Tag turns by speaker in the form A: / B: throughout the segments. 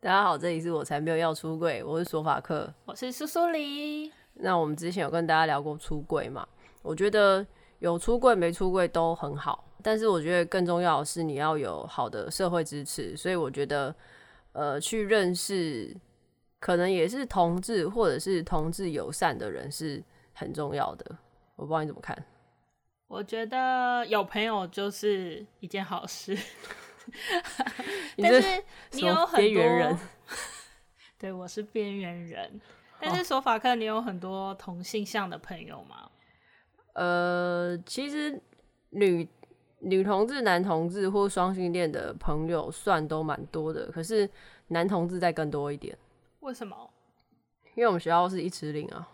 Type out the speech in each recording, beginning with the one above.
A: 大家好，这里是我才没有要出柜，我是索法克。
B: 我是苏苏黎，
A: 那我们之前有跟大家聊过出柜嘛？我觉得有出柜没出柜都很好，但是我觉得更重要的是你要有好的社会支持，所以我觉得呃，去认识可能也是同志或者是同志友善的人是很重要的。我不知道你怎么看，
B: 我觉得有朋友就是一件好事，
A: 你
B: 但
A: 这
B: 是你
A: 什么
B: 有很多
A: 边缘人， 哦
B: 对我是边缘人。但是索法克，你有很多同性向的朋友吗？
A: 呃，其实女女同志、男同志或双性恋的朋友算都蛮多的，可是男同志再更多一点，
B: 为什么？
A: 因为我们学校是一池岭啊。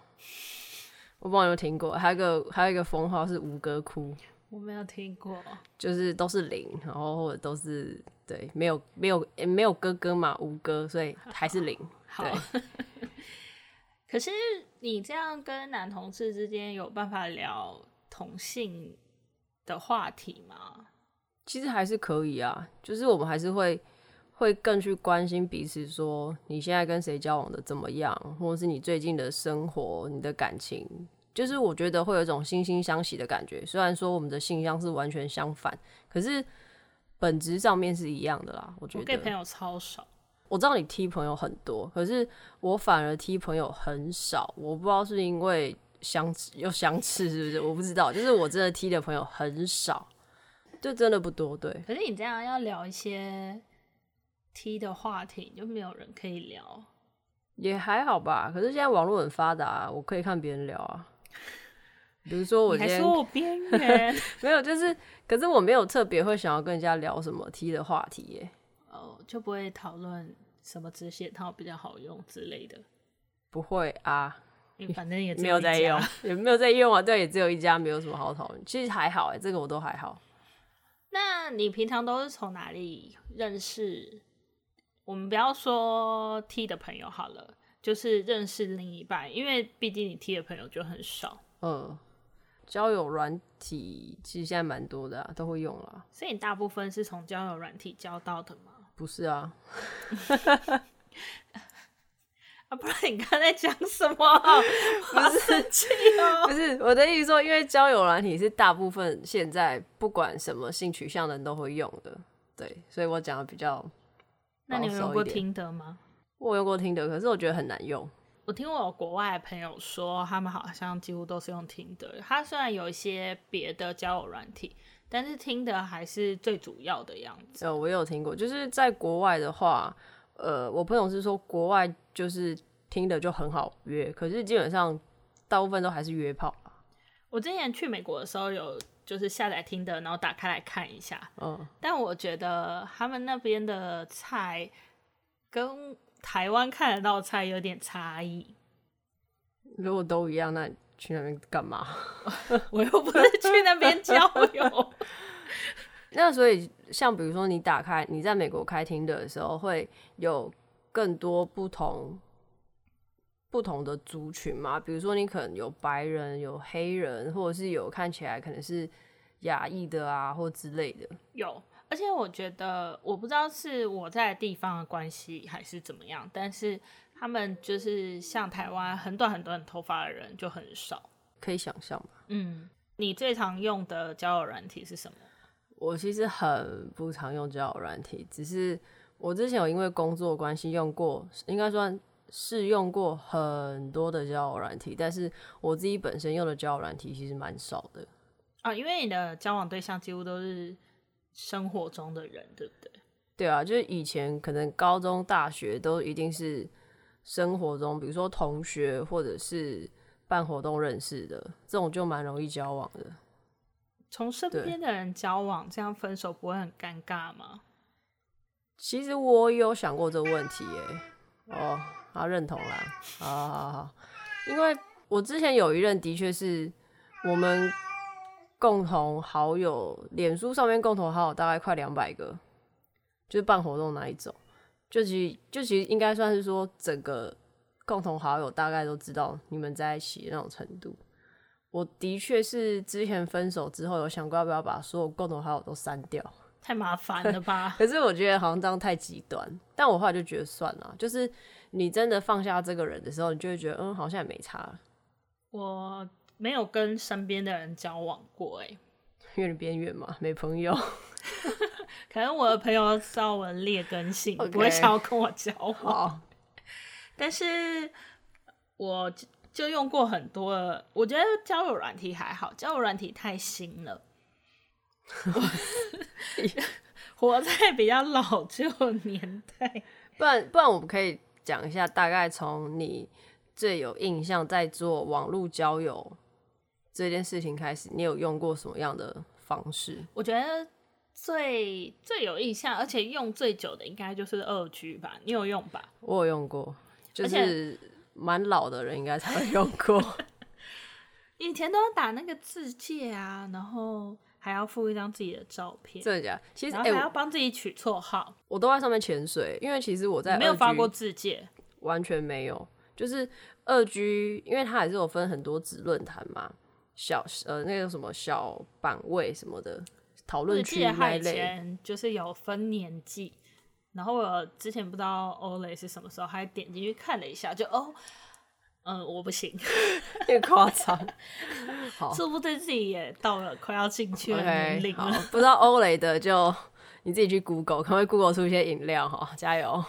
A: 我不知道有没有听过，还有一个还有一个封号是吴哥窟，
B: 我没有听过。
A: 就是都是零，然后或者都是对没有没有、诶没有哥哥嘛，吴哥，所以还是零。
B: 好， 可是你这样跟男同事之间有办法聊同性的话题吗？
A: 其实还是可以啊，就是我们还是会会更去关心彼此，说你现在跟谁交往的怎么样，或者是你最近的生活、你的感情，就是我觉得会有一种惺惺相惜的感觉。虽然说我们的性向是完全相反，可是本质上面是一样的啦。我觉
B: 我
A: 得
B: 给朋友超少，
A: 我知道你踢朋友很多，可是我反而踢朋友很少。我不知道是因为相斥又相斥是不是？我不知道，就是我真的踢的朋友很少，就真的不多。对，
B: 可是你这样要聊一些 T 的话题，你就没有人可以聊。
A: 也还好吧，可是现在网络很发达、我可以看别人聊啊。比如说我
B: 你
A: 今
B: 还
A: 天
B: 说我 边缘
A: 没有，就是，可是我没有特别会想要跟人家聊什么 T 的话题耶，
B: 哦，就不会讨论什么止血套比较好用之类的。
A: 不会啊，
B: 因为反正也只
A: 没有
B: 一
A: 在
B: 家
A: 用，也没有在用啊，对，也只有一家，没有什么好讨论。其实还好哎，这个我都还好。
B: 那你平常都是从哪里认识？我们不要说 T 的朋友好了，就是认识另一半，因为毕竟你 T 的朋友就很少，
A: 嗯，交友软体其实现在蛮多的、啊，都会用啦。
B: 所以你大部分是从交友软体交到的嘛？
A: 不是啊，
B: 啊，不然你刚才讲 什么？ 不是气哦。
A: 不是我的意思说，因为交友软体是大部分现在不管什么性取向的人都会用的，对，所以我讲的比较
B: 那你有
A: 保守
B: 用
A: 一
B: 过
A: 点
B: 听得吗？
A: 我用过听的，可是我觉得很难用。
B: 我听我有国外的朋友说，他们好像几乎都是用听的。它虽然有一些别的交友软体，但是听的还是最主要的样子。
A: 呃，我也有听过，就是在国外的话，呃，我朋友是说国外就是听的就很好约，可是基本上大部分都还是约炮吧。
B: 我之前去美国的时候有就是下载听的，然后打开来看一下，
A: 嗯，
B: 但我觉得他们那边的菜跟台湾看得到的菜有点差异。
A: 如果都一样，那你去那边干嘛？
B: 我又不是去那边交友，
A: 那所以，像比如说你打开你在美国开听的时候，会有更多不同不同的族群嘛？比如说你可能有白人、有黑人，或者是有看起来可能是亚裔的啊，或之类的。
B: 有，而且我觉得，我不知道是我在的地方的关系还是怎么样，但是他们就是像台湾很短很短头发的人就很少。
A: 可以想象吧。
B: 嗯，你最常用的交友软体是什么？
A: 我其实很不常用交友软体，只是我之前有因为工作关系用过，应该算试用过很多的交友软体，但是我自己本身用的交友软体其实蛮少的。
B: 啊，因为你的交往对象几乎都是生活中的人，对不对？
A: 对啊，就是以前可能高中、大学都一定是生活中，比如说同学或者是办活动认识的，这种就蛮容易交往的。
B: 从身
A: 对
B: 边的人交往，这样分手不会很尴尬吗？
A: 其实我有想过这个问题耶、哦，好认同啦，好好好好，因为我之前有一任的确是我们共同好友，脸书上面共同好友大概快两百个，就是办活动那一种，就其实就其实应该算是说整个共同好友大概都知道你们在一起的那种程度。我的确是之前分手之后有想过要不要把所有共同好友都删掉，
B: 太麻烦了吧？
A: 可是我觉得好像这样太极端，但我后来就觉得算了，就是你真的放下这个人的时候，你就会觉得嗯，好像也没差，
B: 我没有跟身边的人交往过、欸，
A: 因为你边缘嘛，没朋友。
B: 可能我的朋友稍微劣根性
A: OK
B: 不会想要跟我交往，
A: 好，
B: 但是我就就用过很多的，我觉得交友软体还好，交友软体太新 了，我活在比较老旧的年代。
A: 不然不然我们可以讲一下，大概从你最有印象在做网络交友这件事情开始，你有用过什么样的方式？
B: 我觉得最最有印象，而且用最久的应该就是二 G 吧，你有用吧？
A: 我有用过，就
B: 而且
A: 是蛮老的人应该才会用过。
B: 以前都要打那个字界啊，然后还要附一张自己的照片，
A: 真的假的？其实
B: 然后
A: 哎、
B: 还
A: 我
B: 要帮自己取绰号，
A: 我都在上面潜水，因为其实我在
B: 你没有
A: 2G
B: 发过字界。
A: 完全没有。就是二 G，因为它还是有分很多子论坛嘛，小呃那个什么小版位什么的讨
B: 我
A: 论
B: 记
A: 区
B: 得
A: 那
B: 他
A: 一
B: 以
A: 类。
B: 前就是有分年纪，然后我之前不知道 Olay 是什么时候，还点进去看了一下，就哦，嗯，我不行，
A: 有点夸 张。好
B: 殊不知自己也到了快要进去的年
A: 哦 OK，
B: 龄
A: 好
B: 了。，
A: 不知道欧蕾的就你自己去 Google，可能会 Google 出一些饮料哈，加油。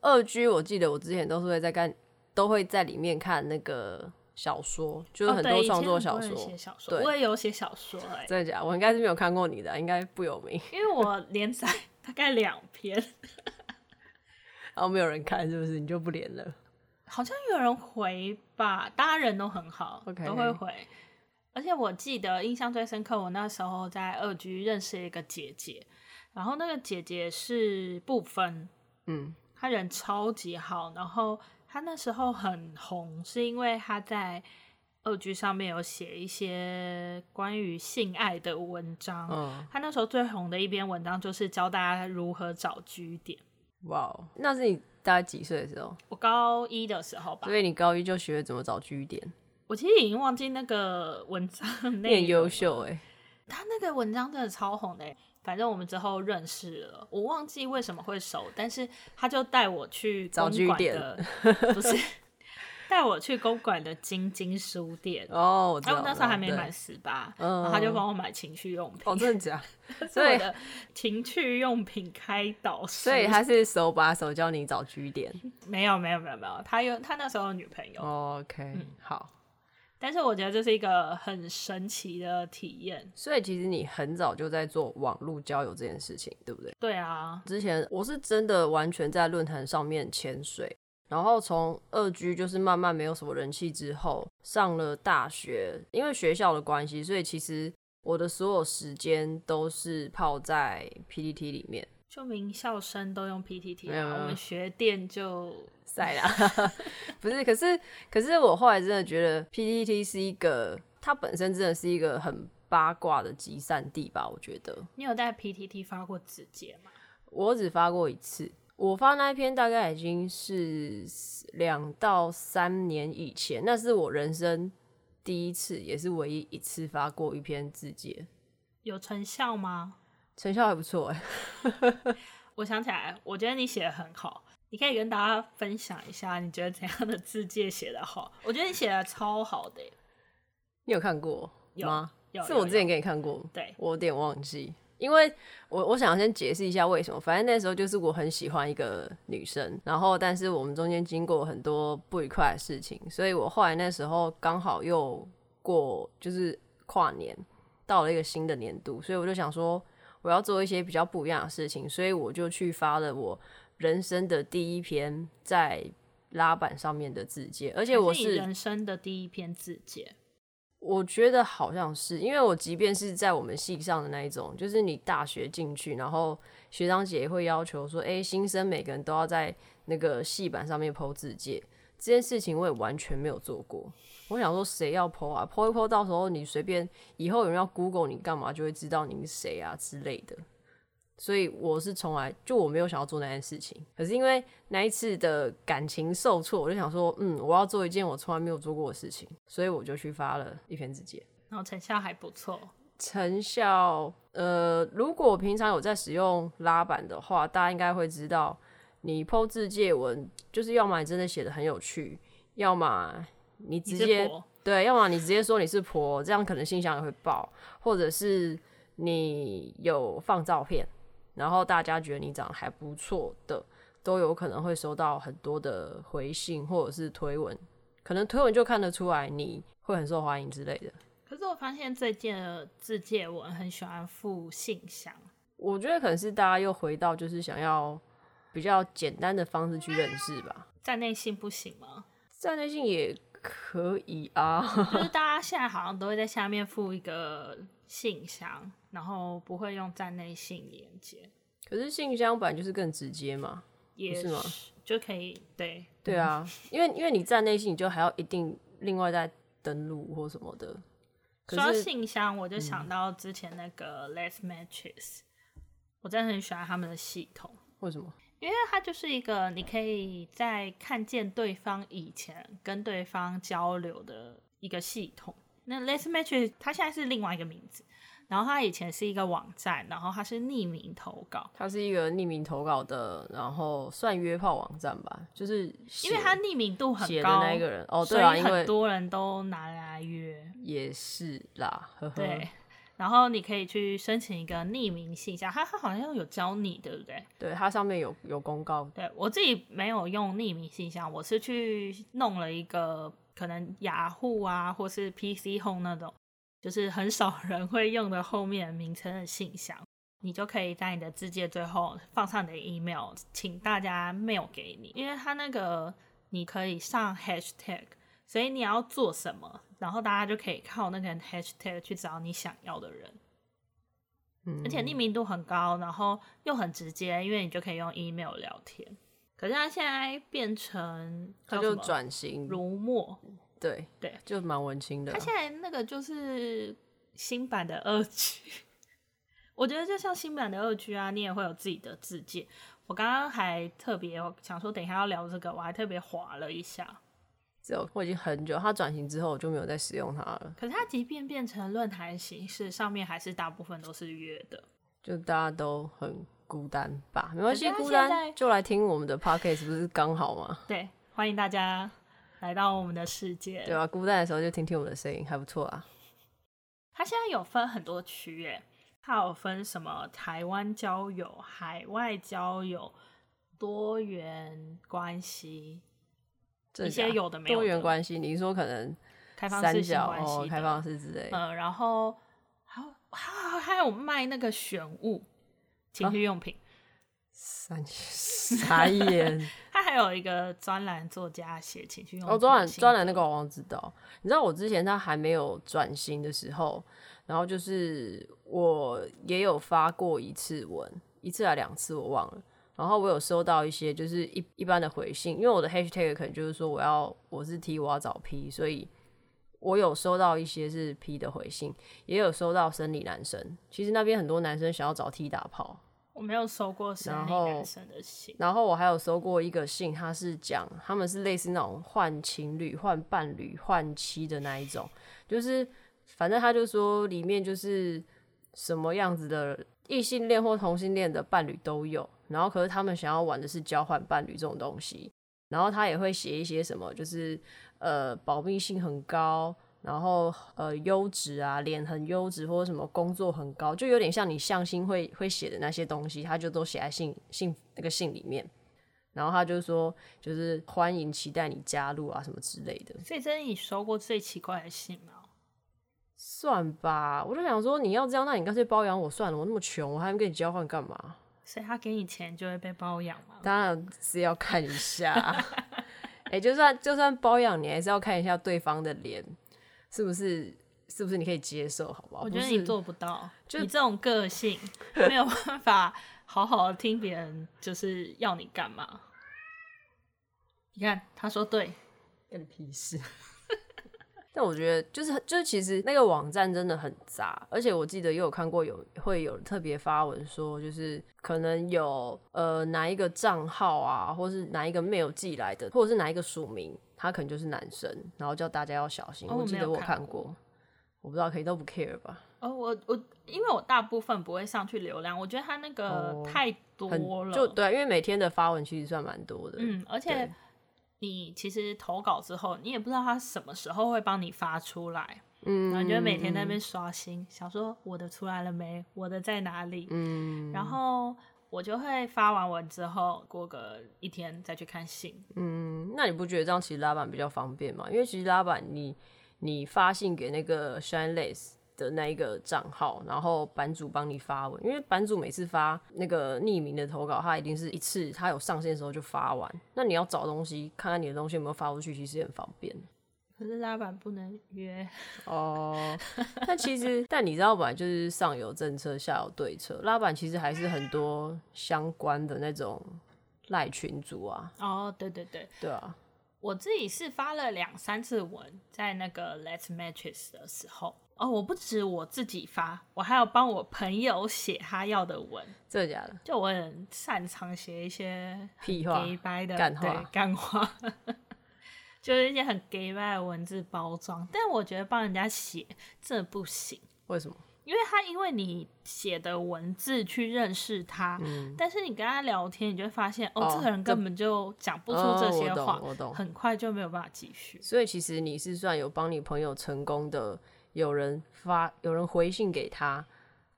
A: 二 G 我记得我之前都是会在看，都会在里面看那个小说，就是
B: 哦
A: 很
B: 对
A: 多
B: 以
A: 创
B: 前
A: 作
B: 很
A: 小
B: 多人
A: 说。
B: 写小说，
A: 对
B: 我也有写小说哎、
A: 真的假的？我应该是没有看过你的，应该不有名，
B: 因为我连载大概两篇，
A: 然后没有人看，是不是？你就不连了。
B: 好像有人回吧，大家人都很好
A: OK
B: 都会回。而且我记得印象最深刻，我那时候在二居认识一个姐姐，然后那个姐姐是不分，
A: 嗯，
B: 她人超级好，然后她那时候很红，是因为她在二居上面有写一些关于性爱的文章。
A: 嗯，
B: 她那时候最红的一篇文章就是教大家如何找居点。
A: 哇哦，那是你大概几岁的时候？
B: 我高一的时候吧，
A: 所以你高一就学怎么找据点，
B: 我其实已经忘记那个文章
A: 你很
B: 内
A: 优
B: 容。
A: 秀哎、
B: 他那个文章真的超红的欸，反正我们之后认识了，我忘记为什么会熟，但是他就带我去
A: 找
B: 公
A: 据
B: 馆
A: 点
B: 的，不是带我去公馆的晶晶书店。
A: 哦，我知
B: 然
A: 道了。
B: 后啊我那时候还没
A: 对
B: 满，十八，
A: 嗯
B: 然后他就帮我买情趣用品，
A: 哦，真的 假的？
B: 是我
A: 对
B: 的情趣用品开导师。
A: 所以他是手把手教你找据点。
B: 没有没有没有没有，他有他那时候有女朋友，
A: 哦 OK，、好。
B: 嗯但是我觉得这是一个很神奇的体验。
A: 所以其实你很早就在做网络交友这件事情，对不对？
B: 对啊，
A: 之前我是真的完全在论坛上面潜水，然后从二 G 就是慢慢没有什么人气之后，上了大学，因为学校的关系，所以其实我的所有时间都是泡在 PPT 里面。
B: 就名校生都用 PTT，、
A: 没有没
B: 啊、
A: 有
B: 我们学电就
A: 塞啦， 不是，可是可是我后来真的觉得 PPT 是一个，它本身真的是一个很八卦的集散地吧，我觉得。
B: 你有在 PTT 发过字节吗？
A: 我只发过一次，我发那一篇大概已经是两到三年以前，那是我人生第一次，也是唯一一次发过一篇字节，
B: 有成效吗？
A: 成效还不错哎、
B: 我想起来，我觉得你写的很好，你可以跟大家分享一下，你觉得怎样的字界写的好？我觉得你写的超好的 耶、欸
A: 你有看过
B: 有
A: 吗？
B: 有
A: 是我之前
B: 给
A: 给你看过吗？
B: 对
A: 我有点忘记，因为我我想先解释一下为什么。反正那时候就是我很喜欢一个女生，然后但是我们中间经过很多不愉快的事情，所以我后来那时候刚好又过就是跨年，到了一个新的年度，所以我就想说我要做一些比较不一样的事情，所以我就去发了我人生的第一篇在拉板上面的字节，而且我
B: 是你人生的第一篇字节，
A: 我觉得好像是，因为我即便是在我们系上的那一种，就是你大学进去，然后学长姐也会要求说，哎、新生每个人都要在那个系板上面剖字界，这件事情我也完全没有做过。我想说，谁要剖啊？剖一剖，到时候你随便以后有人要 Google 你干嘛，就会知道你是谁啊之类的。所以我是从来就我没有想要做那件事情，可是因为那一次的感情受挫，我就想说，嗯，我要做一件我从来没有做过的事情，所以我就去发了一篇自己
B: 然后成效还不错。
A: 成效，呃，如果平常有在使用拉板的话，大家应该会知道，你 PO 字借文，就是要么你真的写的很有趣，要么你直
B: 你是
A: 接
B: 婆
A: 对，要么你直接说你是婆，这样可能信箱也会爆，或者是你有放照片，然后大家觉得你长得还不错的，都有可能会收到很多的回信或者是推文，可能推文就看得出来你会很受欢迎之类的。
B: 可是我发现最近的自介文很喜欢附信箱，
A: 我觉得可能是大家又回到就是想要比较简单的方式去认识吧，
B: 在内信不行吗？
A: 站内信也可以啊。
B: 就是大家现在好像都会在下面附一个信箱，然后不会用站内信连接，
A: 可是信箱本来就是更直接嘛。
B: 也
A: 哦不是吗
B: 就可以对
A: 对啊，
B: 嗯
A: 因为因为你站内信，你就还要一定另外再登录或什么的。
B: 说到
A: 可是嗯
B: 信箱，我就想到之前那个 Less Matches，、我真的很喜欢他们的系统，
A: 为什么？
B: 因为它就是一个你可以在看见对方以前跟对方交流的一个系统。那 Less Matches 它现在是另外一个名字，然后它以前是一个网站，然后它是匿名投稿，
A: 它是一个匿名投稿的，然后算约炮网站吧，就是
B: 因为
A: 写
B: 它匿名度很
A: 写的
B: 高，
A: 那一个人哦，
B: 所
A: 对啊，
B: 以
A: 因
B: 很
A: 为
B: 多人都拿来约。
A: 也是啦，呵呵。
B: 对， 然后你可以去申请一个匿名信箱，它它好像有教你，对不对？
A: 对，它上面有有公告，
B: 对我自己没有用匿名信箱，我是去弄了一个可能雅虎啊，或是 PC Home 那种，就是很少 人会用的后面名称的信箱，你就可以在你的字界最后放上你的 email，请大家 mail 给你，因为它那个你可以上 hashtag，所以你要做什么，然后大家就可以靠那个 hashtag 去找你想要的人。
A: 嗯
B: 而且匿名度很高，然后又很直接，因为你就可以用 email 聊天。可是它现在变成
A: 它
B: 叫
A: 就
B: 什么
A: 转型，
B: 如墨，
A: 对
B: 对，
A: 就蛮文青的啊
B: 它。现在那个就是新版的二 G，我觉得就像新版的二 G 啊，你也会有自己的自界。我刚刚还特别想说，等一下要聊这个，我还特别划了一下。
A: 只有我已经很久，它转型之后我就没有再使用它了。
B: 可是它即便变成论坛形式，上面还是大部分都是约的。
A: 就大家都很孤单吧，没关系，
B: 可是他
A: 孤
B: 现在
A: 单就来听我们的 podcast，不是刚好 吗？
B: 对，欢迎大家来到我们的世界。
A: 对啊，孤单的时候就听听我们的声音，还不错啊。
B: 它现在有分很多区耶，它有分什么台湾交友、海外交友、多元关系，
A: 这啊
B: 一些有的没有的
A: 多元关系，你说可能
B: 开放
A: 三
B: 式性
A: 角
B: 关系
A: 哦
B: 的、，
A: 开放式之类，
B: 呃，然后还有还有还有卖那个选物、
A: 啊
B: 情趣用品，
A: 三 傻眼。
B: 它还有一个专栏作家写情趣用品
A: 哦，
B: 的心得。
A: 专栏专栏那个我好像知道，你知道我之前他还没有转型的时候，然后就是我也有发过一次文，一次还两次我忘了。然后我有收到一些就是一一般的回信，因为我的 hashtag 可能就是说我要我是 T 我要找 P，所以我有收到一些是 P 的回信，也有收到生理男生。其实那边很多男生想要找 T 打炮，
B: 我没有收过生
A: 然
B: 理
A: 后
B: 男生的信，
A: 然后我还有收过一个信，他是讲他们是类似那种换情侣、换伴侣、换妻的那一种，就是反正他就说里面就是什么样子的异性恋或同性恋的伴侣都有，然后可是他们想要玩的是交换伴侣这种东西，然后他也会写一些什么，就是呃保密性很高。然后呃，优质啊，脸很优质，或者什么工作很高，就有点像你向心会会写的那些东西，他就都写在信信那个信里面。然后他就说，就是欢迎期待你加入啊，什么之类的，
B: 所以这是你收过最奇怪的信吗？
A: 算吧。我就想说，你要这样，那你干脆包养我算了，我那么穷，我还跟你交换干嘛？
B: 所以他给你钱就会被包养吗？
A: 当然是要看一下。 哎、就算就算包养你，还是要看一下对方的脸，是不是是不是你可以接受，好不好？
B: 我觉得
A: 哦不是
B: 你做不到，
A: 就
B: 你这种个性没有办法好好地听别人就是要你干嘛。你看，他说对，
A: 跟你屁 事。但我觉得就是就是，其实那个网站真的很杂，而且我记得也有看过有会有特别发文说，就是可能有呃哪一个账号啊，或是哪一个 mail 寄来的，或者是哪一个署名，他可能就是男生，然后叫大家要小心。
B: 哦我
A: 记
B: 没
A: 得
B: 有
A: 我有
B: 看
A: 看过，我不知道，可以都不 care 吧？
B: 哦，我我因为我大部分不会上去浏览，我觉得它那个
A: 哦
B: 太
A: 很
B: 多了，
A: 就对啊、因为每天的发文其实算蛮多的。
B: 嗯，而且
A: 对
B: 你其实投稿之后，你也不知道他什么时候会帮你发出来，
A: 嗯，
B: 然后你就每天在那
A: 嗯
B: 边刷新，想说我的出来了没，我的在哪里，
A: 嗯，
B: 然后我就会发完文之后，过个一天再去看信，
A: 嗯，那你不觉得这样其实拉板比较方便吗？因为其实拉板你你发信给那个 Shine Lace 的那一个账号，然后版主帮你发文，因为版主每次发那个匿名的投稿，他一定是一次他有上线的时候就发完。那你要找东西，看看你的东西有没有发出去，其实也很方便。
B: 可是拉板不能约，
A: 哦，那其实，但你知道，本来就是上有政策，下有对策。拉板其实还是很多相关的那种赖群组啊，
B: 哦，对对对，
A: 对啊，
B: 我自己是发了两三次文，在那个 Let's Matches 的时候。哦，我不止我自己发，我还有帮我朋友写他要的文，
A: 真的假的？
B: 就我很擅长写一些
A: 屁话，
B: gay 掰的
A: 干话
B: 对干话， 就是一些很 gay 掰的文字包装。但我觉得帮人家写真的不行，
A: 为什么？
B: 因为他因为你写的文字去认识他，但是你跟他聊天，你就会发现哦
A: 嗯哦
B: 这个人
A: 这
B: 根本就讲不出
A: 哦
B: 这些
A: 我懂
B: 话，
A: 我懂
B: 很快就没有办法继续。
A: 所以其实你是算有帮你朋友成功的，有人发有人回信给他，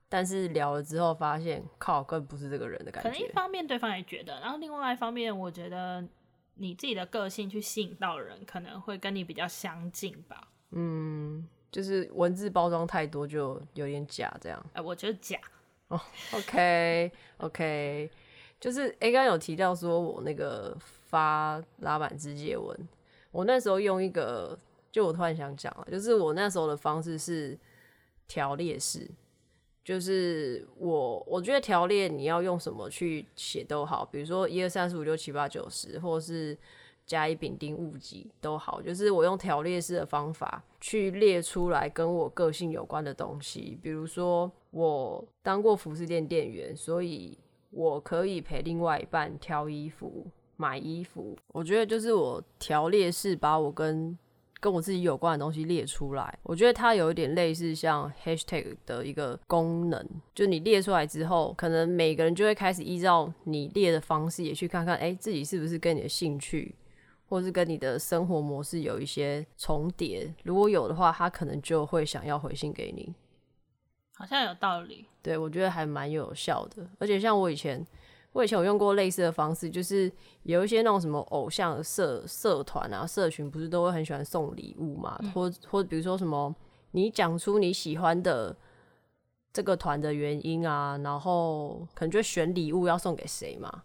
A: 但是聊了之后发现靠，根本不是这个人的感
B: 可能一
A: 觉。
B: 方面对方也觉得，然后另外一方面，我觉得你自己的个性去吸引到人，可能会跟你比较相近吧。
A: 就是文字包装太多，就有点假这样。
B: 哎、我觉得假
A: OK OK，就是诶，刚刚有提到说我那个发拉板肢解文，我那时候用一个，就我突然想讲了，啊就是我那时候的方式是条列式，就是我我觉得条列你要用什么去写都好，比如说一二三四五六七八九十，或是甲乙丙丁戊己都好，就是我用条列式的方法去列出来跟我个性有关的东西，比如说我当过服饰店店员，所以我可以陪另外一半挑衣服、买衣服。我觉得就是我条列式把我跟跟我自己有关的东西列出来，我觉得它有一点类似像 hashtag 的一个功能，就你列出来之后，可能每个人就会开始依照你列的方式也去看看，哎、自己是不是跟你的兴趣或是跟你的生活模式有一些重叠，如果有的话，他可能就会想要回信给你。
B: 好像有道理。
A: 对，我觉得还蛮有效的。而且像我以前，我以前有用过类似的方式，就是有一些那种什么偶像的社社团啊、社群，不是都会很喜欢送礼物嘛？或或比如说什么，你讲出你喜欢的这个团的原因啊，然后可能就选礼物要送给谁嘛。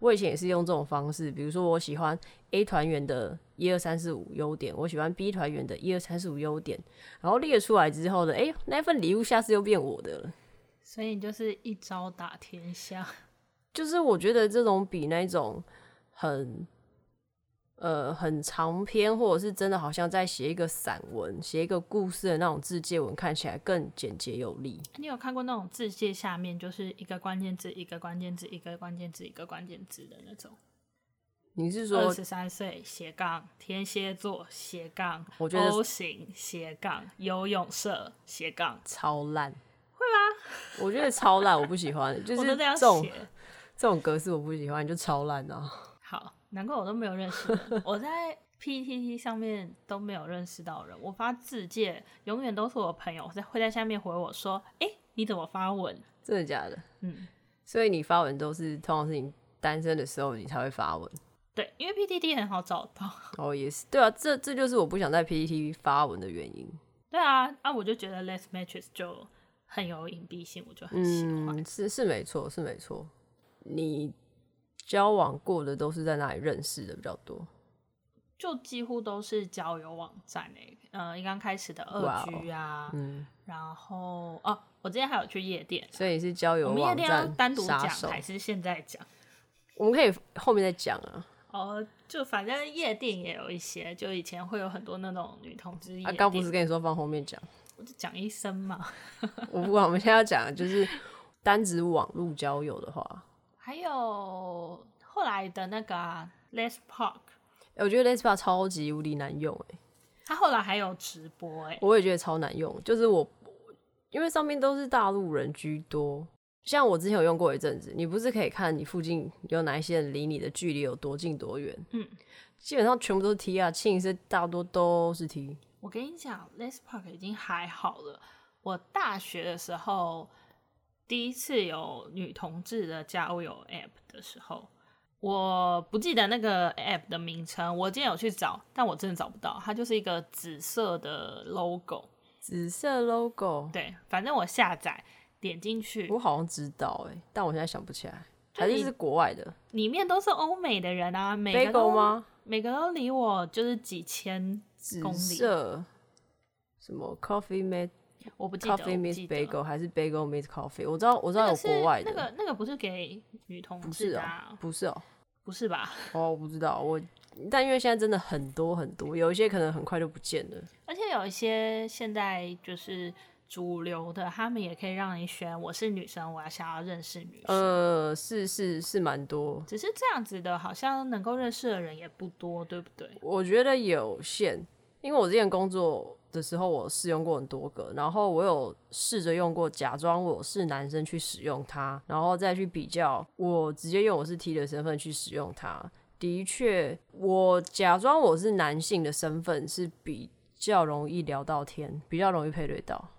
A: 我以前也是用这种方式，比如说我喜欢 A 团员的一二三四五优点，我喜欢 B 团员的一二三四五优点，然后列出来之后呢，哎、那份礼物下次又变我的了。
B: 所以你就是一招打天下，
A: 就是我觉得这种比那种很呃很长篇，或者是真的好像在写一个散文、写一个故事的那种自介文，看起来更简洁有力。
B: 你有看过那种字界下面就是一个关键字、一个关键字、一个关键字、一个关键字的那种？
A: 你是
B: 二
A: 说
B: 十三岁斜杠天蝎座斜杠，
A: 我觉得
B: O 型斜杠游泳社斜杠，
A: 超烂？ 会吗？我觉得超烂，我不喜欢。就
B: 我
A: 是
B: 都这样
A: 这种
B: 写。
A: 这种格式我不喜欢，就超烂啊！
B: 好，难怪我都没有认识人我在 PTT 上面都没有认识到人。我发字界永远都是我朋友在会在下面回我说：“哎、你怎么发文
A: 真的假的？
B: 嗯，
A: 所以你发文都是通常是你单身的时候你才会发文。？”
B: 对，因为 PTT 很好找到。
A: 哦，也是，对啊，这这就是我不想在 PPT 发文的原因。
B: 对啊，啊，我就觉得 Less Matches 就很有隐蔽性，我就很喜欢。
A: 嗯，是是没错，是没错。你交往过的都是在哪里认识的比较多？
B: 就几乎都是交友网站诶、呃，一刚开始的
A: 哇哦
B: 二 G 啊，
A: 嗯，
B: 然后哦，我之前还有去夜店，
A: 所以你是交
B: 我
A: 友
B: 们夜
A: 网
B: 店要
A: 站
B: 单独
A: 杀
B: 讲
A: 手
B: 还，是现在讲？
A: 我们可以后面再讲啊。
B: 哦，就反正夜店也有一些，就以前会有很多那种女同志夜
A: 啊，
B: 店，
A: 刚不是跟你说放后 面讲？
B: 我就讲一声嘛。
A: 我不管，我们现在要讲的就是单指网络交友的话，
B: 还有后来的那个、啊、Les Park，
A: 欸我觉得 Lespa 超级无敌难用哎、
B: 他后来还有直播、欸，哎，
A: 我也觉得超难用，就是我因为上面都是大陆人居多，像我之前有用过一阵子，你不是可以看你附近有哪一些人离你的距离有多近多远？
B: 嗯，
A: 基本上全部都是 T 啊，庆是大多都是 T。
B: 我跟你讲 l e s Park 已经还好了。我大学的时候第一次有女同志的交友 App 的时候，我不记得那个 App 的名称，我今天有去找，但我真的找不到。它就是一个紫色的 logo，
A: 紫色 logo，
B: 对，反正我下载点进去
A: 我，好像知道哎、但我现在想不起来，
B: 就
A: 还是
B: 你
A: 是国外的
B: 里面都是欧美的人啊，每个
A: Bagel
B: 都
A: 吗？
B: 每个都离我就是几千公
A: 紫
B: 里，
A: 色什么 coffee mate
B: 我不记得，
A: coffee
B: 我不
A: meets
B: 记得。
A: bagel 还是 bagel meets coffee？我知道我知道
B: 那
A: 有
B: 个是
A: 国外的，
B: 那个那个不是给女同
A: 不
B: 志
A: 是
B: 的、
A: 哦、
B: 啊，
A: 不是哦、
B: 不是吧？
A: 哦，我不知道，我嗯但因为现在真的很多很多，有一些可能很快就不见了。
B: 而且有一些现在就是主流的，他们也可以让你选，我是女生，我要想要认识女生。
A: 呃，是是是蛮多，
B: 只是这样子的，好像能够认识的人也不多，对不对？
A: 我觉得有限，因为我之前工作的时候，我试用过很多个，然后我有试着用过，假装我是男生去使用它，然后再去比较，我直接用我是 T 的身份去使用它。的确，我假装我是男性的身份是比较容易聊到天，比较容易配对到。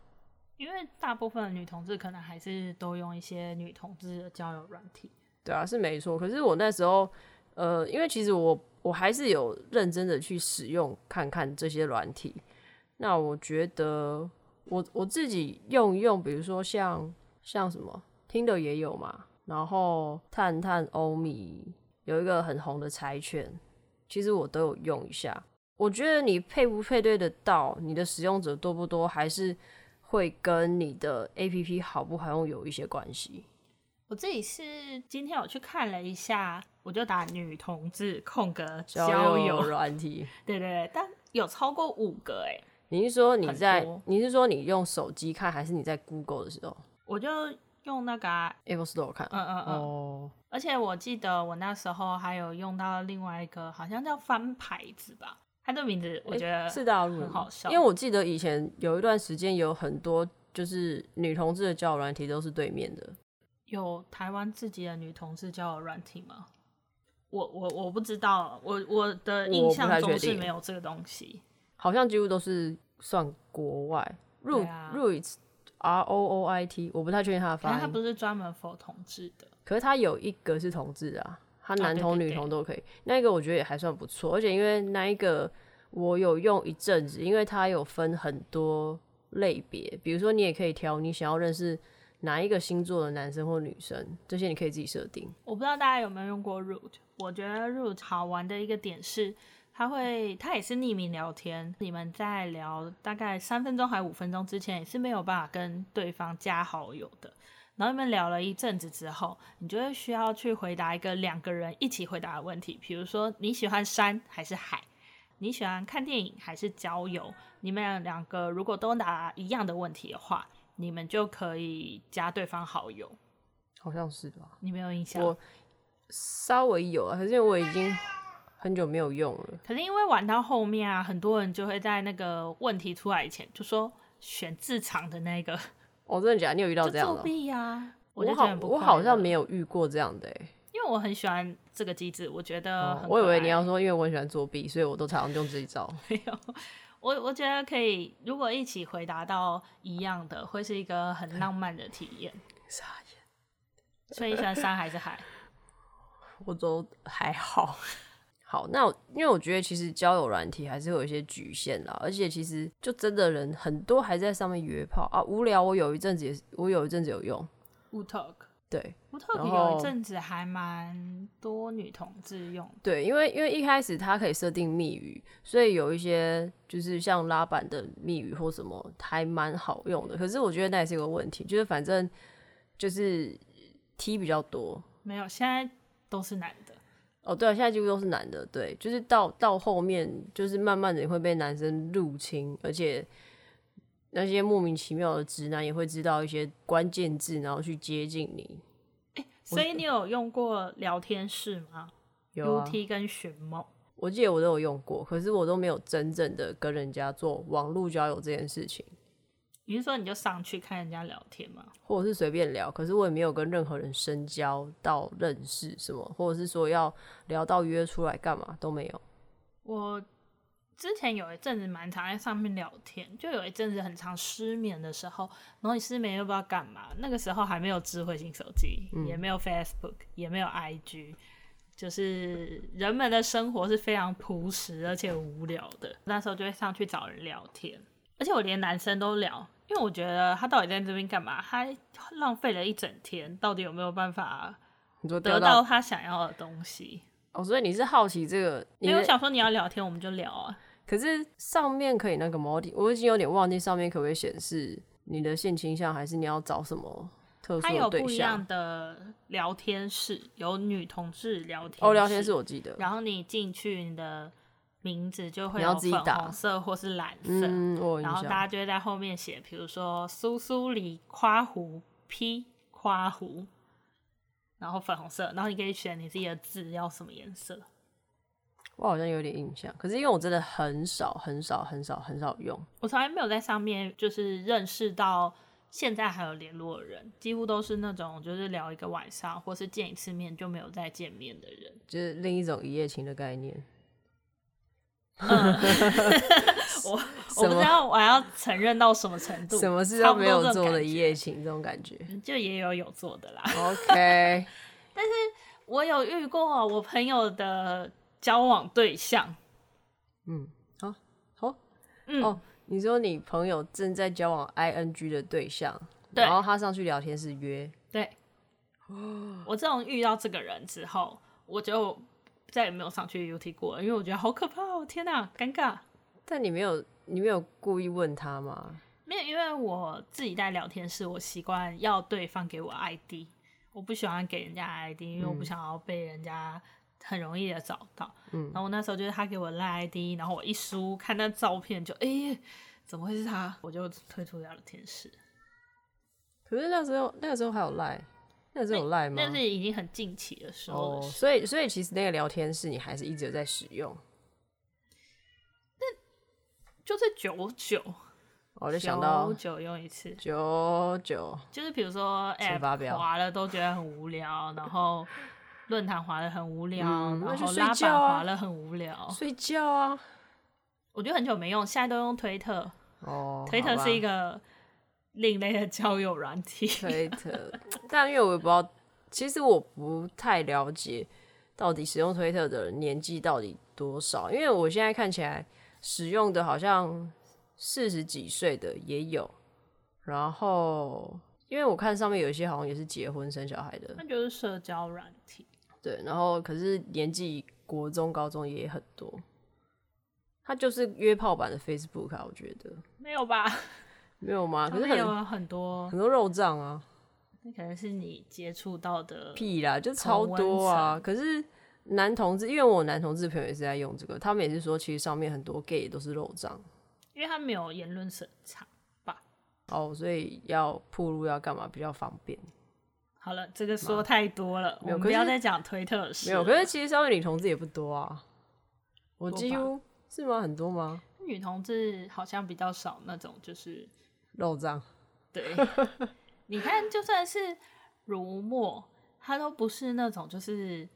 B: 因为大部分的女同志可能还是都用一些女同志的交友软体。
A: 对啊，是没错。可是我那时候，呃，因为其实我我还是有认真的去使用看看这些软体。那我觉得我我自己用一用，比如说像像什么听的也有嘛，然后探探、欧米有一个很红的柴犬，其实我都有用一下。我觉得你配不配对得到，你的使用者多不多，还是会跟你的 A P P 好不好用有一些关系。
B: 我自己是今天有去看了一下，我就打女同志空格
A: 交
B: 交
A: 友
B: 友，
A: 软体，
B: 对对对，但有超过五个哎、
A: 你是说你在
B: 很多？
A: 你是说你用手机看，还是你在 Google 的时候
B: 我就用那个啊、
A: Apple Store 看？
B: 嗯嗯嗯，
A: 哦，
B: 而且我记得我那时候还有用到另外一个，好像叫翻牌子吧，它的名字我觉得、
A: 诶是大陆人
B: 呃很好笑
A: 因为我记得以前有一段时间有很多就是女同志的交友软体都是对面的，
B: 有台湾自己的女同志交友软体吗？我我我不知道，我我的印
A: 我不
B: 象
A: 太
B: 中
A: 确
B: 是
A: 定
B: 没有这个东西。
A: 好像几乎都是算国外 Root
B: 对啊
A: Root R O O I T，我不太确定它的
B: 可是
A: 发
B: 它不
A: 音。
B: 是专门 for 同志的，
A: 可是它有一个是同志啊，它男
B: 啊
A: 同
B: 对对
A: 女同都可以，那一个我觉得也还算不错，而且因为那一个我有用一阵子，因为它有分很多类别，比如说你也可以挑你想要认识哪一个星座的男生或女生，这些你可以自己设定。
B: 我不知道大家有没有用过 Root。我觉得 Root 好玩的一个点是，它会它也是匿名聊天，你们在聊大概三分钟还五分钟之前也是没有办法跟对方加好友的。然后你们聊了一阵子之后，你就会需要去回答一个两个人一起回答的问题，比如说你喜欢山还是海，你喜欢看电影还是郊游？你们两个如果都答一样的问题的话，你们就可以加对方好友。
A: 好像是吧，
B: 你没有印象？
A: 我稍微有啊，可是因为我已经很久没有用了。
B: 可是因为玩到后面啊，很多人就会在那个问题出来以前就说选自长的那个，
A: 哦，真的假的？你有遇到
B: 就
A: 这样
B: 作
A: 的哦？
B: 弊呀、 啊。
A: 我
B: 就觉得
A: 好
B: 很，不
A: 我好像
B: 快乐
A: 没，有遇过这样的、欸。
B: 因为我很喜欢这个机制，我觉得
A: 哦
B: 呃很可爱、
A: 我以为你要说，因为我很喜欢作弊，所以我都常常用这一招。
B: 没有，我我觉得可以，如果一起回答到一样的，会是一个很浪漫的体验。
A: 傻眼，
B: 所以你喜欢山还是 海？
A: 我都还好。 好，那我因为我觉得其实交友软体还是会有一些局限啦，而且其实就真的人很多还在上面约炮啊，无聊。我有一阵子也是，我有一阵子有用，
B: w Talk。
A: 对
B: w Talk
A: 然后
B: 有一阵子还蛮多女同志用的，
A: 对，因为因为一开始它可以设定密语，所以有一些就是像拉板的密语或什么还蛮好用的。可是我觉得那也是一个问题，就是反正就是 T 比较多，
B: 没有，现在都是男的。
A: 哦，对啊，现在几乎都是男的，对，就是到到后面，就是慢慢的也会被男生入侵，而且那些莫名其妙的直男也会知道一些关键字，然后去接近你。
B: 所以你有用过聊天室吗？
A: 有啊
B: UT 跟寻梦，
A: 我记得我都有用过，可是我都没有真正的跟人家做网络交友这件事情，
B: 你是说你就上去看人家聊天吗？
A: 或者是随便聊，可是我也没有跟任何人深交到认识什么，或者是说要聊到约出来干嘛都没有。
B: 我之前有一阵子蛮常在上面聊天，就有一阵子很常失眠的时候，然后你失眠又不知道干嘛。那个时候还没有智慧型手机，也没有 Facebook，也没有 IG，就是人们的生活是非常朴实而且无聊的。那时候就会上去找人聊天，而且我连男生都聊，因为我觉得他到底在这边干嘛？他浪费了一整天，到底有没有办法
A: 你说
B: 得
A: 钓
B: 到他想要的东西？
A: 哦，所以你是好奇这个？你
B: 因为我
A: 是
B: 想说你要聊天，我们就聊啊。
A: 可是上面可以那个模拟，我已经有点忘记上面可不可以显示你的性倾向，还是你要找什么特殊
B: 它有
A: 的
B: 不
A: 对
B: 一
A: 象
B: 样？的聊天室，有女同志聊天
A: 哦，聊天室我记得，
B: 然后你进去，你的名字就会
A: 你要
B: 有
A: 自己
B: 粉
A: 打
B: 红色或是蓝色，
A: 嗯，我有
B: 然
A: 印
B: 后
A: 象。
B: 大家就会在后面写，比如说苏苏里夸胡 P 夸胡，然后粉红色，然后你可以选你自己的字要什么颜色。
A: 我好像有点印象，可是因为我真的很少、很少、很少、很少用。
B: 我从来没有在上面就是认识到现在还有联络的人，几乎都是那种就是聊一个晚上或是见一次面就没有再见面的人。
A: 就是另一种一夜情的概念。
B: 我
A: 什
B: 我不
A: 么
B: 知道我要承认到什么程度，
A: 什么事
B: 差
A: 都
B: 不
A: 没
B: 多这
A: 有
B: 种
A: 做的
B: 感
A: 一
B: 觉
A: 夜情，这种感觉。
B: 就也有有做的啦。
A: OK，
B: 我有遇过我朋友的交往对象，
A: 嗯，好，好，
B: 嗯，
A: 哦你说你朋友正在交往 ING 的对象，
B: 对
A: 然后他上去聊天是约，
B: 对，
A: 哦
B: 我这种遇到这个人之后，我就再也没有上去 UT 过了，因为我觉得好可怕哦，天哪、尴尬。
A: 但你没有，你没有故意问他吗？
B: 没有，因为我自己在聊天室，我习惯要对方给我 ID，我不喜欢给人家 ID，因为我不
A: 嗯
B: 想要被人家很容易的找到。嗯，然后我那时候就是他给我赖 ID，然后我一输看那照片就，诶，怎么会是他？我就退出聊天室。
A: 可是那时候，那个时候还有赖，那个时候有赖吗
B: 那？是已经很近期的时候
A: 哦，
B: 的事。
A: 所以所以其实那个聊天室你还是一直有在使用。哦
B: 就是九九，
A: 我就想到
B: 九九用一次，
A: 九九，
B: 就是比如说
A: 惩罚
B: app
A: 表
B: 滑了都觉得很无聊，然后论坛滑了很无聊，
A: 嗯那
B: 然
A: 就
B: 后
A: 睡
B: 拉
A: 觉
B: 板
A: 啊
B: 滑了很无聊。
A: 睡觉啊。
B: 我觉得很久没用，现在都用推特。
A: 哦，
B: 推特
A: 好吧
B: 是一个另类的交友软体。
A: 推特， 但因为我也不知道，其实我不太了解到底使用推特的人年纪到底多少，因为我现在看起来使用的好像四十几岁的也有，然后因为我看上面有一些好像也是结婚生小孩的
B: 那，就是社交软体。
A: 对，然后可是年纪国中、高中也很多，它就是约炮版的 Facebook 啊，我觉得
B: 没有吧？
A: 没有吗？啊可是
B: 上面
A: 很
B: 有啊很多，
A: 很多肉障啊。
B: 那可能是你接触到的。
A: 屁啦，就超多啊！可是男同志，因为我男同志朋友也是在用这个，他们也是说，其实上面很多 gay 也都是肉障
B: 因为他没有言论审查吧？
A: 哦，所以要铺路要干嘛比较方便。
B: 好了，这个说太多了，我
A: 没有
B: 们
A: 可
B: 不
A: 是
B: 要再讲推特的事
A: 没
B: 了。
A: 有，可是其实上面女同志也不多啊，我
B: 啊多
A: 几
B: 吧
A: 乎是吗？很多吗？
B: 女同志好像比较少那种，就是
A: 肉障
B: 对，你看，就算是如墨，他都不是那种就是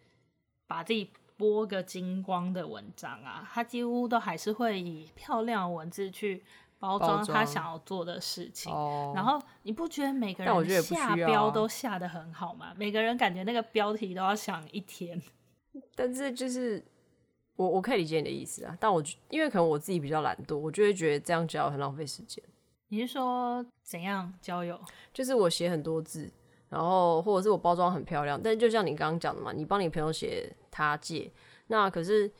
B: 把自己剥个精光的文章啊，他几乎都还是会以漂亮的文字去包装
A: 包装
B: 他想要做的事情。
A: 哦，
B: 然后你不觉得每个
A: 但我觉得也
B: 人
A: 不需要啊
B: 下标都下的很好吗？每个人感觉那个标题都要想一天。
A: 但是就是我我可以理解你的意思啊，但我觉因为可能我自己比较懒惰，我就会觉得这样教很浪费时间。
B: 你是说怎样交友？
A: 就是我写很多字，然后或者是我包装很漂亮，但就像你刚刚讲的嘛，你帮你朋友写他借，那可是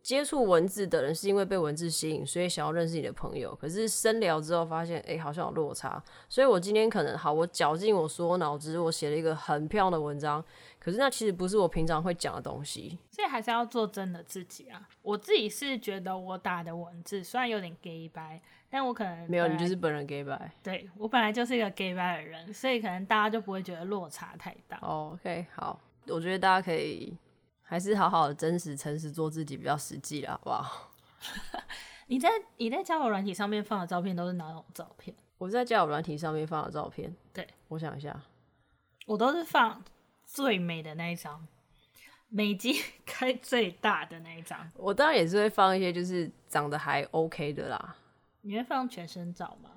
A: 接触文字的人是因为被文字吸引，所以想要认识你的朋友，可是深聊之后发现，哎、好像有落差，所以我今天可能好，我绞尽我所有脑汁，我写了一个很漂亮的文章，可是那其实不是我平常会讲的东西，
B: 所以还是要做真的自己啊！我自己是觉得我打的文字虽然有点 gay 白，但我可能
A: 没有，
B: 本
A: 你
B: 来
A: 就是本人 gay 白。
B: 对我本来就是一个 gay 白的人，所以可能大家就不会觉得落差太大。
A: 哦 OK，好，我觉得大家可以还是好好的真实、诚实做自己比较实际了，好不好？
B: 你在你在交友软体上面放的照片都是哪种照片？
A: 我在交友软体上面放的照片，
B: 对
A: 我想一下，
B: 我都是放最美的那一张，美肌 开最大的那一张。
A: 我当然也是会放一些就是长得还 OK 的啦，
B: 你会放全身照吗？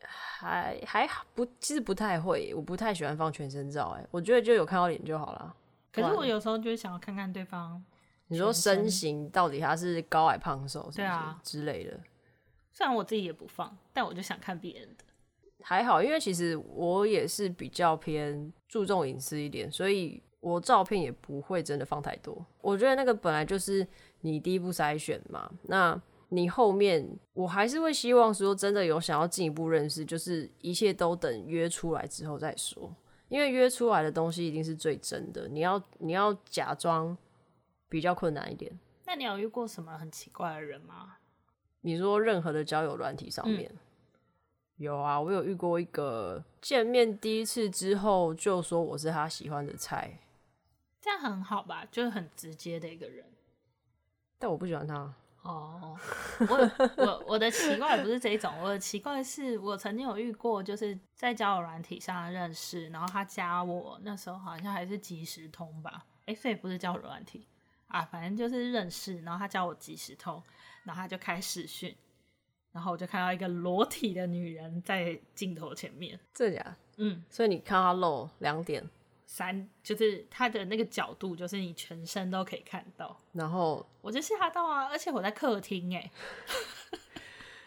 A: 还还好不，其实不太会，我不太喜欢放全身照、欸，哎，我觉得就有看到脸就好了。
B: 可是
A: 哇
B: 我有时候就是想要看看对方，
A: 你说
B: 全身
A: 身形到底他是高矮胖瘦，是不
B: 对
A: 是
B: 啊
A: 之类的？
B: 虽然我自己也不放，但我就想看别人的。
A: 还好，因为其实我也是比较偏注重隐私一点，所以我照片也不会真的放太多。我觉得那个本来就是你第一步筛选嘛，那你后面我还是会希望说，真的有想要进一步认识，就是一切都等约出来之后再说，因为约出来的东西一定是最真的。你要你要假装比较困难一点。
B: 那你有遇过什么很奇怪的人吗？
A: 你说任何的交友软体上
B: 嗯
A: 面、有啊，我有遇过一个见面第一次之后就说我是他喜欢的菜，
B: 这样很好吧，就是很直接的一个人。
A: 但我不喜欢他。
B: 哦，我我 我的奇怪不是这一种，我的奇怪是我曾经有遇过，就是在交友软体上认识，然后他加我，那时候好像还是即时通吧，诶，所以不是交友软体啊，反正就是认识，然后他加我即时通，然后他就开视讯，然后我就看到一个裸体的女人在镜头前面，
A: 真的假的？
B: 嗯，
A: 所以你看他露两点，
B: 三就是他的那个角度，就是你全身都可以看到，
A: 然后
B: 我就吓到啊，而且我在客厅欸诶。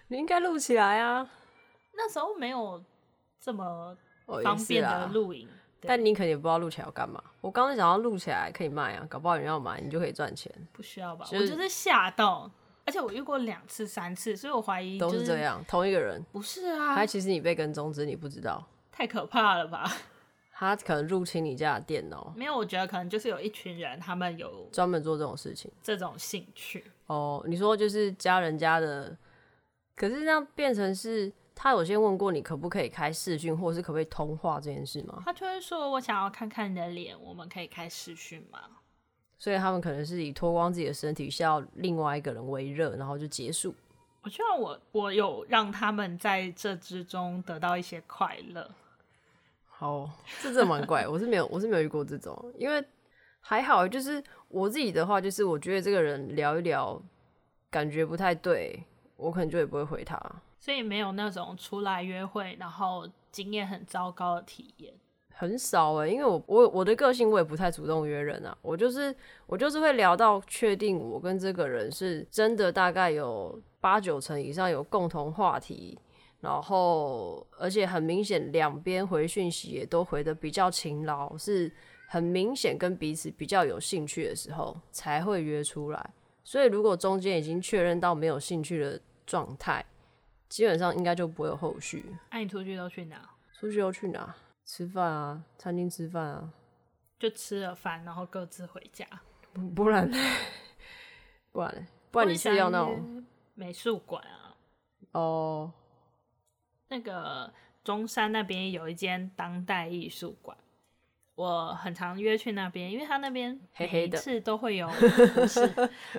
A: 你应该录起来啊，
B: 那时候没有这么
A: 哦
B: 方
A: 也是
B: 便
A: 啦
B: 的录影，对
A: 但你可能也不知道录起来要干嘛。我刚刚想要录起来可以卖啊，搞不好有人要买，你就可以赚钱，
B: 不需要吧？
A: 就是
B: 我就是吓到，而且我遇过两次、三次，所以我怀疑、就
A: 都是
B: 是
A: 这，样，同一个人。
B: 不是啊
A: 他，其实你被跟踪，只是你不知道，
B: 太可怕了吧？
A: 他可能入侵你家的电脑，
B: 没有，我觉得可能就是有一群人，他们有
A: 专门做这种事情。
B: 这种兴趣，
A: 哦，你说就是加人家的，可是那样变成是他有先问过你可不可以开视讯，或者是可不可以通话这件事吗？
B: 他就会说我想要看看你的脸，我们可以开视讯吗？
A: 所以他们可能是以脱光自己的身体，笑另外一个人为热，然后就结束。
B: 我觉得我我有让他们在这之中得到一些快乐，
A: 好，这真的蛮怪，我是没有，我是没有遇过这种，因为还好，欸就是我自己的话，就是我觉得这个人聊一聊，感觉不太对，我可能就也不会回他。
B: 所以没有那种出来约会然后经验很糟糕的体验。
A: 很少哎、因为我我我的个性我也不太主动约人啊，我就是我就是会聊到确定我跟这个人是真的大概有八九成以上有共同话题，然后而且很明显两边回讯息也都回的比较勤劳，是很明显跟彼此比较有兴趣的时候才会约出来。所以如果中间已经确认到没有兴趣的状态，基本上应该就不会有后续。
B: 那、你出去都去哪？
A: 出去又去哪？吃饭啊，餐厅吃饭啊，
B: 就吃了饭，然后各自回家。
A: 不 不然呢？ 不然呢？不然你是要那
B: 我也
A: 种
B: 想约美术馆啊？
A: 哦，
B: 那个中山那边有一间当代艺术馆，我很常约去那边，因为他那边
A: 黑黑
B: 每
A: 的
B: 一次 都会有，不是，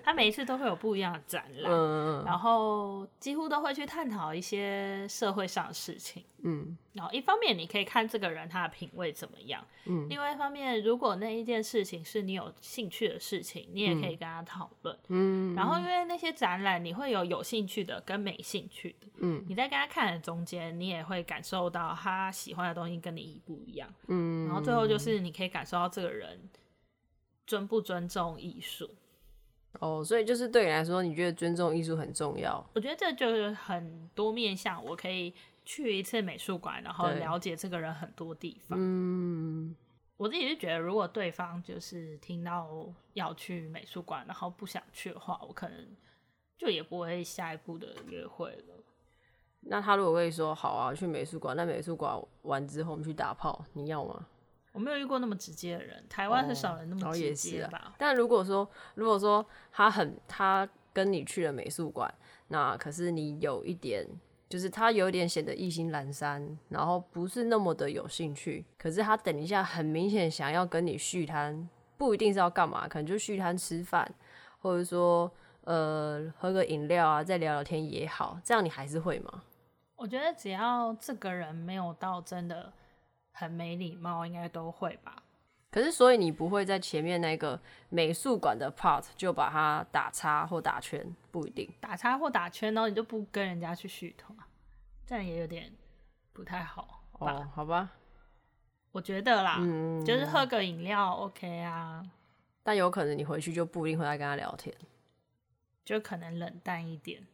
B: 他每一次都会有不一样的展览，
A: 嗯
B: 然后几乎都会去探讨一些社会上的事情。
A: 嗯，
B: 然后一方面你可以看这个人他的品味怎么样，
A: 嗯
B: 另外一方面如果那一件事情是你有兴趣的事情，你也可以跟他讨论，
A: 嗯，
B: 然后因为那些展览你会有有兴趣的跟没兴趣的，
A: 嗯，
B: 你在跟他看的中间，你也会感受到他喜欢的东西跟你一不一样，嗯，然后最后就是你可以感受到这个人尊不尊重艺术，
A: 哦，所以就是对你来说，你觉得尊重艺术很重要，
B: 我觉得这就是很多面向，我可以去一次美术馆，然后
A: 对
B: 了解这个人很多地方。
A: 嗯，
B: 我自己是觉得，如果对方就是听到要去美术馆，然后不想去的话，我可能就也不会下一步的约会了。
A: 那他如果跟你说好啊，去美术馆，那美术馆完之后我们去打炮，你要吗？
B: 我没有遇过那么直接的人，台湾很少人那
A: 然
B: 么
A: 后
B: 直
A: 也是
B: 接
A: 啊
B: 吧？
A: 但如果说，如果说他很他跟你去了美术馆，那可是你有一点，就是他有一点显得意兴阑珊，然后不是那么的有兴趣，可是他等一下很明显想要跟你续摊，不一定是要干嘛，可能就续摊吃饭，或者说呃喝个饮料啊，再聊聊天也好，这样你还是会吗？
B: 我觉得只要这个人没有到真的很没礼貌，应该都会吧。
A: 可是所以你不会在前面那个美术馆的 part 就把它打叉或打圈，不一定。
B: 打叉或打圈，然后你就不跟人家去续团，这样也有点不太好吧？
A: 哦，好吧，
B: 我觉得啦，
A: 嗯，
B: 就是喝个饮料 OK 啊，
A: 但有可能你回去就不一定会再跟他聊天。
B: 就可能冷淡一点。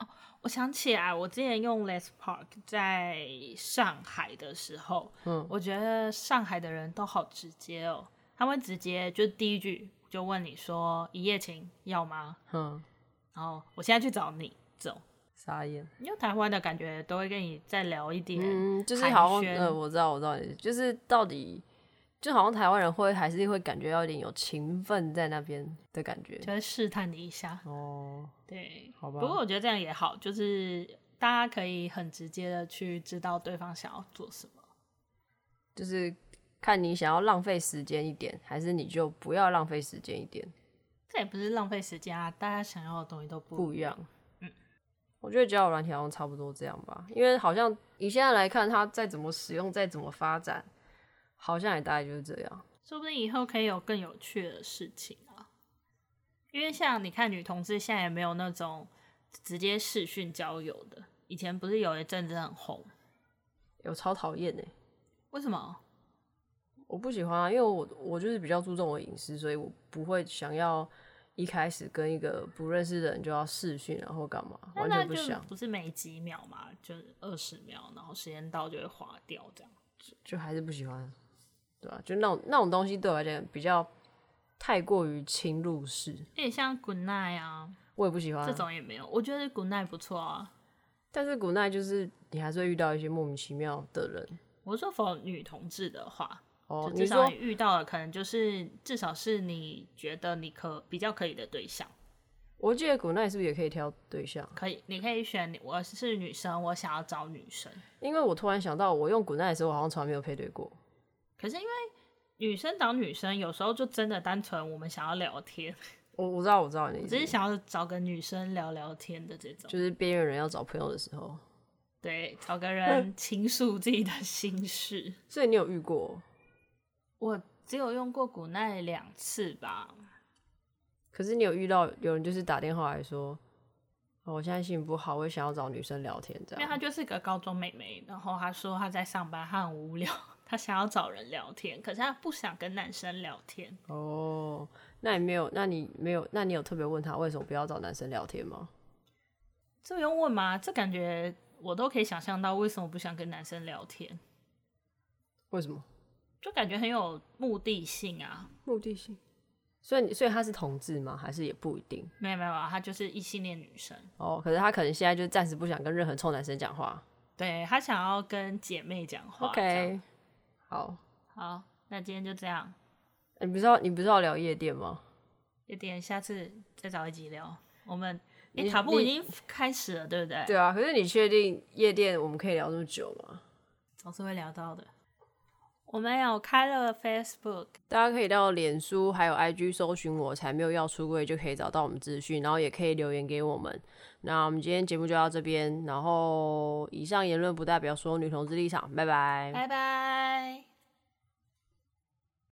B: 哦，我想起来，我之前用 Les Park 在上海的时候，
A: 嗯，
B: 我觉得上海的人都好直接哦，他们直接就第一句就问你说一夜情要吗？
A: 哼，
B: 然后我现在去找你，走。
A: 傻眼。
B: 因为台湾的感觉都会跟你再聊一点，
A: 嗯，就是
B: 寒
A: 好像
B: 暄
A: 呃，我知道，我知道你，就是到底，就好像台湾人会还是会感觉到有点有情分在那边的感觉。
B: 就会试探你一下。
A: 哦，
B: 对，
A: 好吧
B: 不过我觉得这样也好，就是大家可以很直接的去知道对方想要做什么。
A: 就是看你想要浪费时间一点，还是你就不要浪费时间一点，
B: 这也不是浪费时间啊，大家想要的东西都不
A: 不一
B: 一
A: 样。
B: 嗯，
A: 我觉得交友软体好像差不多这样吧，因为好像以现在来看，它再怎么使用，再怎么发展，好像也大概就是这样。
B: 说不定以后可以有更有趣的事情啊。因为像你看，女同志现在也没有那种直接视讯交友的，以前不是有一阵子很红？
A: 有超讨厌欸呢，
B: 为什么？
A: 我不喜欢啊，因为我我就是比较注重我隐私，所以我不会想要一开始跟一个不认识的人就要试训，然后干嘛，
B: 那
A: 完
B: 那
A: 全不
B: 就
A: 想，
B: 不是每几秒嘛，就是二十秒，然后时间到就会划掉这样。
A: 就还是不喜欢，啊对吧、就那种那种东西对我来讲比较太过于侵入式，
B: 有点像 Good Night 啊，
A: 我也不喜欢啊、
B: 这种也没有。我觉得 Good Night 不错啊。
A: 但是古奈就是你还是会遇到一些莫名其妙的人
B: 我说否女同志的话，
A: 哦
B: 就，
A: 你
B: 至少
A: 说
B: 你遇到的可能就是至少是你觉得你可比较可以的对象，
A: 我记得古奈是不是也可以挑对象？
B: 可以你可以选你我是女生，我想要找女生，
A: 因为我突然想到，我用古奈的时候，我好像从来没有配对过。
B: 可是因为女生找女生有时候就真的单纯我们想要聊天，
A: 我我知道我知道你的意思，
B: 只是想要找个女生聊聊天的这种，
A: 就是边缘人要找朋友的时候，
B: 对，找 个人倾诉自己的心事。
A: 所以你有遇过？
B: 我只有用过古奈两次吧，
A: 可是你有遇到有人就是打电话来说，哦、我现在心情不好，我也想要找女生聊天这
B: 因为她
A: 样。
B: 就是个高中妹妹，然后她说她在上班，她很无聊， 她想要找人聊天，可是她不想跟男生聊天。
A: 哦，那你没有？那你没有？那你有特别问他为什么不要找男生聊天吗？
B: 这不用问吗？这感觉我都可以想象到为什么不想跟男生聊天，
A: 为什么？
B: 就感觉很有目的性啊。
A: 目的性。所以你，所以他是同志吗？还是也不一定？
B: 没有没有，没有她就是异性恋女生，
A: 哦，可是他可能现在就暂时不想跟任何臭男生讲话。
B: 对她想要跟姐妹讲话。啊这样
A: OK，好，
B: 好，那今天就这样，
A: 你不是要你不是要聊夜店吗？
B: 有点下次再找一集聊。我们诶，
A: 你
B: 塔布已
A: 你
B: 经开始了，对不对？
A: 对啊，可是你确定夜店我们可以聊这么久吗？
B: 总是会聊到的。我们有开了 Facebook，
A: 大家可以到脸书还有 IG 搜寻我才没有要出柜，就可以找到我们资讯，然后也可以留言给我们。那我们今天节目就到这边，然后以上言论不代表所有女同志立场，拜拜。
B: 拜拜。